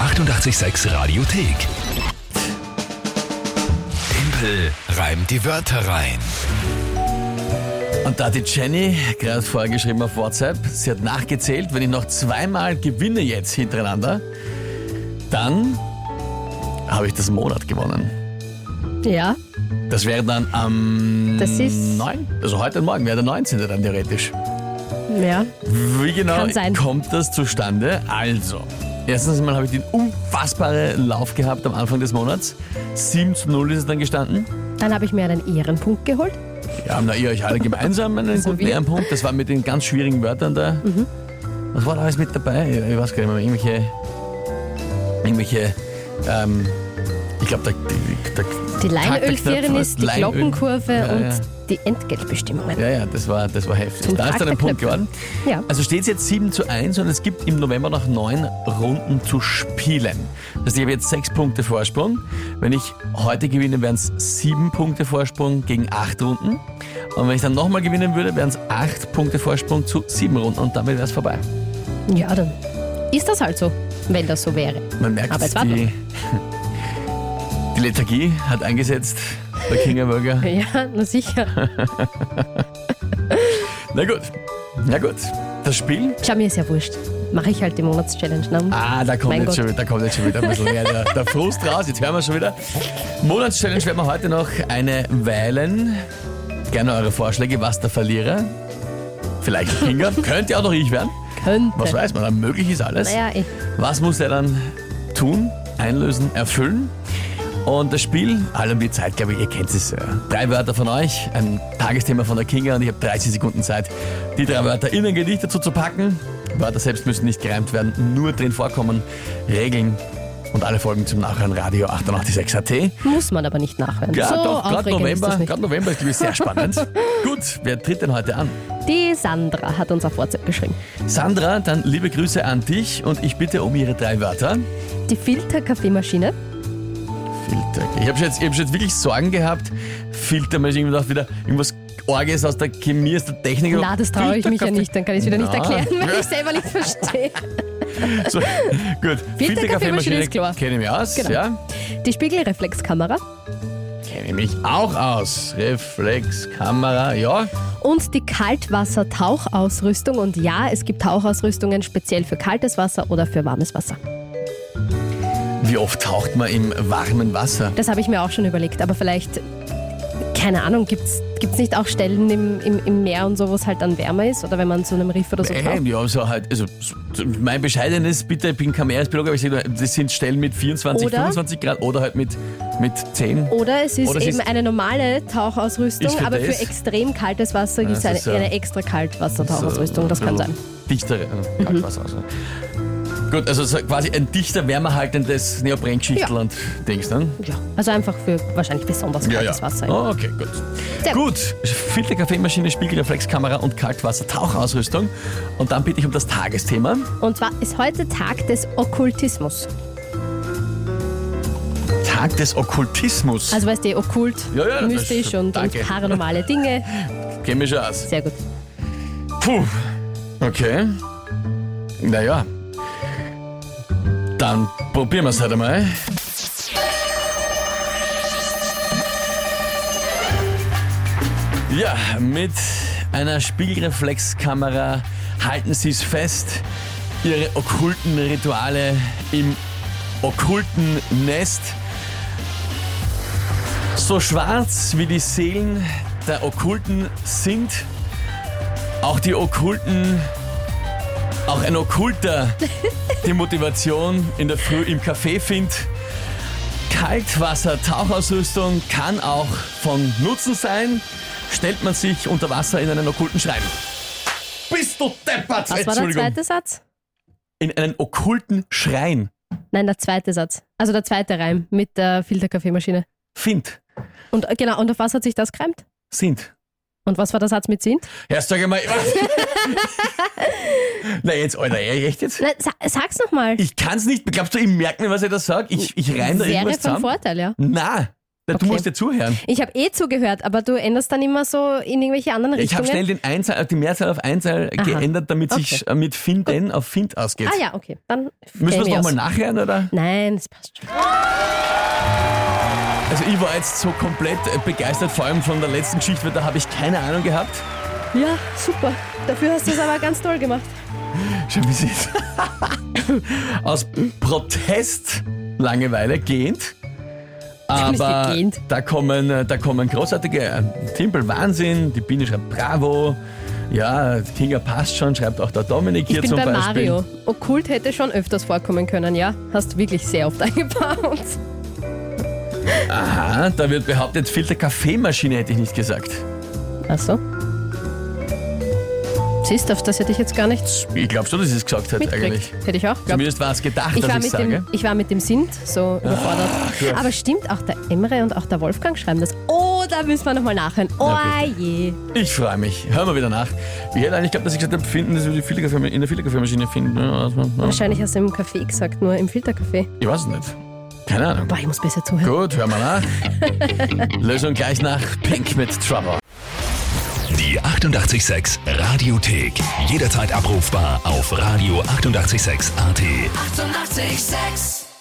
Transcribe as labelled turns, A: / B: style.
A: 886 Radiothek. Tempel reimt die Wörter rein.
B: Und da die Jenny gerade vorgeschrieben auf WhatsApp, sie hat nachgezählt, wenn ich noch zweimal gewinne jetzt hintereinander, dann habe ich das Monat gewonnen.
C: Ja,
B: Das wäre dann am
C: Das ist-
B: 9. Also heute und morgen wäre der 19. dann theoretisch.
C: ja.
B: Wie genau
C: Kann sein.
B: kommt das zustande? Also, erstens mal habe ich den unfassbaren Lauf gehabt am Anfang des Monats. 7 zu 0 ist es dann gestanden.
C: Dann habe ich mir einen Ehrenpunkt geholt.
B: Ja, na, ihr euch alle gemeinsam einen
C: So
B: guten
C: wie-
B: Ehrenpunkt. Das war mit den ganz schwierigen Wörtern da.
C: Mhm.
B: Was war da alles mit dabei? Ich weiß gar nicht mehr. Irgendwelche. Irgendwelche. Ähm, ich glaube, da, da,
C: Die
B: Leinölfirnis,
C: Leinölfirnis, die Glockenkurve
B: Ja,
C: und
B: ja.
C: die Entgeltbestimmungen.
B: Ja, ja, das war, das war heftig.
C: Zum
B: da ist dann ein Punkt
C: Tag der Knöpfe.
B: geworden.
C: Ja.
B: Also steht es jetzt 7 zu 1 und es gibt im November noch neun Runden zu spielen. Das heißt, ich habe jetzt sechs Punkte Vorsprung. Wenn ich heute gewinne, wären es sieben Punkte Vorsprung gegen acht Runden. Und wenn ich dann nochmal gewinnen würde, wären es acht Punkte Vorsprung zu sieben Runden und damit wäre es vorbei.
C: Ja, dann ist das halt so, wenn das so wäre.
B: Man merkt,
C: Aber es war
B: die, die Lethargie hat eingesetzt bei Kingerburger.
C: Ja, na sicher.
B: Na gut, na gut. Das Spiel
C: Schau, mir ist ja wurscht. Mache ich halt die Monatschallenge. ne?
B: Ah, da kommt,
C: Mein
B: jetzt
C: Gott.
B: schon, wieder- da kommt jetzt schon wieder ein bisschen mehr der, der Frust raus. Jetzt hören wir schon wieder. Monatschallenge werden wir heute noch eine wählen. Gerne eure Vorschläge, was der Verlierer. Vielleicht der Finger. Könnte auch noch ich werden.
C: Könnte.
B: Was weiß man, möglich ist alles.
C: Naja, eh, ich,
B: Was muss er dann tun, einlösen, erfüllen? Und das Spiel, alle um die Zeit, glaube ich, ihr kennt es. äh, Drei Wörter von euch, ein Tagesthema von der Kinga und ich habe 30 Sekunden Zeit, die drei Wörter in ein Gedicht dazu zu packen. Wörter selbst müssen nicht gereimt werden, nur drin vorkommen. Regeln und alle Folgen zum Nachhören Radio 886 AT.
C: muss man aber nicht nachhören.
B: Ja,
C: so
B: doch, gerade
C: aufregend ist
B: November,
C: das nicht.
B: gerade November ist, glaube ich, sehr spannend. Gut, wer tritt denn heute an?
C: Die Sandra hat uns auf WhatsApp geschrieben.
B: Sandra, dann liebe Grüße an dich und ich bitte um ihre drei Wörter.
C: Die Filterkaffeemaschine.
B: Filter. Ich habe jetzt, ich hab schon jetzt wirklich Sorgen gehabt. Filter, mir ist irgendwie auch wieder irgendwas Orges aus der Chemie, aus der Technik.
C: Na, das traue ich mich ja
B: Filterkaffee-
C: nicht. Dann kann ich es wieder nicht
B: Na.
C: erklären, weil ich selber nicht verstehe.
B: So, gut,
C: Filterkaffeemaschine ist klar.
B: Kenne ich mich aus,
C: Genau.
B: ja.
C: Die Spiegelreflexkamera
B: Kenne ich mich auch aus. Reflexkamera, ja.
C: und die Kaltwasser-Tauchausrüstung. Und ja, es gibt Tauchausrüstungen speziell für kaltes Wasser oder für warmes Wasser.
B: Wie oft taucht man im warmen Wasser?
C: Das habe ich mir auch schon überlegt, aber vielleicht, keine Ahnung, gibt es nicht auch Stellen im, im, im Meer und so, wo es halt dann wärmer ist? Oder wenn man zu einem Riff oder so taucht?
B: Ähm, ja, so halt, also so- mein bescheidenes, bitte, ich bin kein Meeresbiologe, aber ich sage, nur, das sind Stellen mit 24,
C: Oder?
B: 25 Grad oder halt mit, mit 10.
C: Oder es ist
B: Oder es
C: eben
B: ist-
C: eine normale
B: Ist
C: Tauchausrüstung,
B: für
C: aber
B: das-
C: für extrem kaltes Wasser gibt es
B: das
C: eine,
B: ist ja-
C: eine extra Kaltwassertauchausrüstung, das kann
B: Also,
C: sein. Mhm.
B: Dichtere, äh, Kaltwasser. Also. Gut, also so quasi ein dichter, wärmerhaltendes Neoprengeschichtel
C: Ja.
B: und Dings, ne?
C: Ja. Also einfach für wahrscheinlich besonders kaltes Wasser.
B: Oh, okay, gut.
C: Sehr
B: gut, Filter, Kaffeemaschine, Spiegelreflexkamera und Kaltwasser, Tauchausrüstung. Und dann bitte ich um das Tagesthema.
C: Und zwar ist heute Tag des Okkultismus.
B: Tag des Okkultismus.
C: Also weißt du, okkult,
B: Ja, ja, das
C: mystisch
B: ist-
C: und, und
B: danke.
C: paranormale Dinge.
B: Kenn mich schon aus.
C: Sehr gut.
B: Puh. Okay. Naja. Dann probieren wir es halt einmal. Ja, mit einer Spiegelreflexkamera halten Sie es fest. Ihre okkulten Rituale im okkulten Nest. So schwarz wie die Seelen der Okkulten sind, auch die Okkulten, auch ein Okkulter die Motivation in der Früh im Café findet. Kaltwasser-Tauchausrüstung kann auch von Nutzen sein, stellt man sich unter Wasser in einen okkulten Schrein. Bist du deppert?
C: Was war der
B: Entschuldigung.
C: zweite Satz?
B: In einen okkulten Schrein
C: Nein, der zweite Satz. Also der zweite Reim mit der Filterkaffeemaschine.
B: find,
C: Und äh, genau, und auf was hat sich das gereimt?
B: sind.
C: Und was war der Satz mit sind?
B: Herr, sag einmal. Na jetzt, Alter, echt jetzt?
C: Nein, sa sag's nochmal.
B: Ich kann's nicht. Glaubst du, ich merke mir, was ich da sage? Ich, ich reim da
C: Wäre
B: irgendwas
C: von
B: zusammen?
C: Vorteil, ja.
B: Na, Na, Du
C: Okay.
B: musst dir zuhören.
C: Ich habe eh zugehört, aber du änderst dann immer so in irgendwelche anderen
B: Ich habe
C: Richtungen.
B: schnell den Einzahl, die Mehrzahl auf Einzahl
C: Aha.
B: geändert, damit
C: Okay.
B: sich äh, mit Finden auf Find ausgeht.
C: ah ja, okay. Dann
B: Müssen wir
C: kenn ich
B: es nochmal
C: aus.
B: nachhören, oder?
C: Nein, das passt schon.
B: Also ich war jetzt so komplett äh, begeistert, vor allem von der letzten Geschichte, weil da habe ich keine Ahnung gehabt.
C: Ja, super. Dafür hast du es aber ganz toll gemacht.
B: Schon wie sie ist. Aus Protest Langeweile gehend.
C: bist
B: Aber
C: gegähnt.
B: da kommen, äh, da kommen großartige äh, Timpel Wahnsinn, die Biene schreibt Bravo. Ja, Kinga passt schon, schreibt auch der Dominik
C: Ich
B: hier
C: bin
B: zum
C: bei
B: Beispiel.
C: Mario. Okkult hätte schon öfters vorkommen können, ja? Hast wirklich sehr oft eingebaut.
B: Aha, Ah, da wird behauptet, Filterkaffeemaschine hätte ich nicht gesagt.
C: Ach so. Siehst du, auf das hätte ich jetzt gar nicht
B: Ich glaube schon, dass ich es gesagt hat eigentlich.
C: mitgekriegt. Hätte ich auch geglaubt.
B: Zumindest war es gedacht,
C: Ich war,
B: dass ich
C: mit
B: sage. Ah,
C: dem, ich war mit dem Sint so überfordert.
B: gut.
C: Aber stimmt, auch der Emre und auch der Wolfgang schreiben das. Oh, da müssen wir nochmal nachhören. Oh
B: Na
C: je.
B: Ich freue mich. Hör mal wieder nach. Ich hätte eigentlich geglaubt, dass ich gesagt habe, finden, dass wir die Filterkaffee in der Filterkaffeemaschine finden. Ja, also, ja.
C: Wahrscheinlich hast du im Café gesagt, nur im Filtercafé.
B: Ich weiß es nicht. Keine Ahnung.
C: Boah, ich muss besser zuhören.
B: Gut, hören wir nach. Lösung gleich nach Pink mit Trouble.
A: Die 886 Radiothek. Jederzeit abrufbar auf radio886.at. 886! 886.
D: 886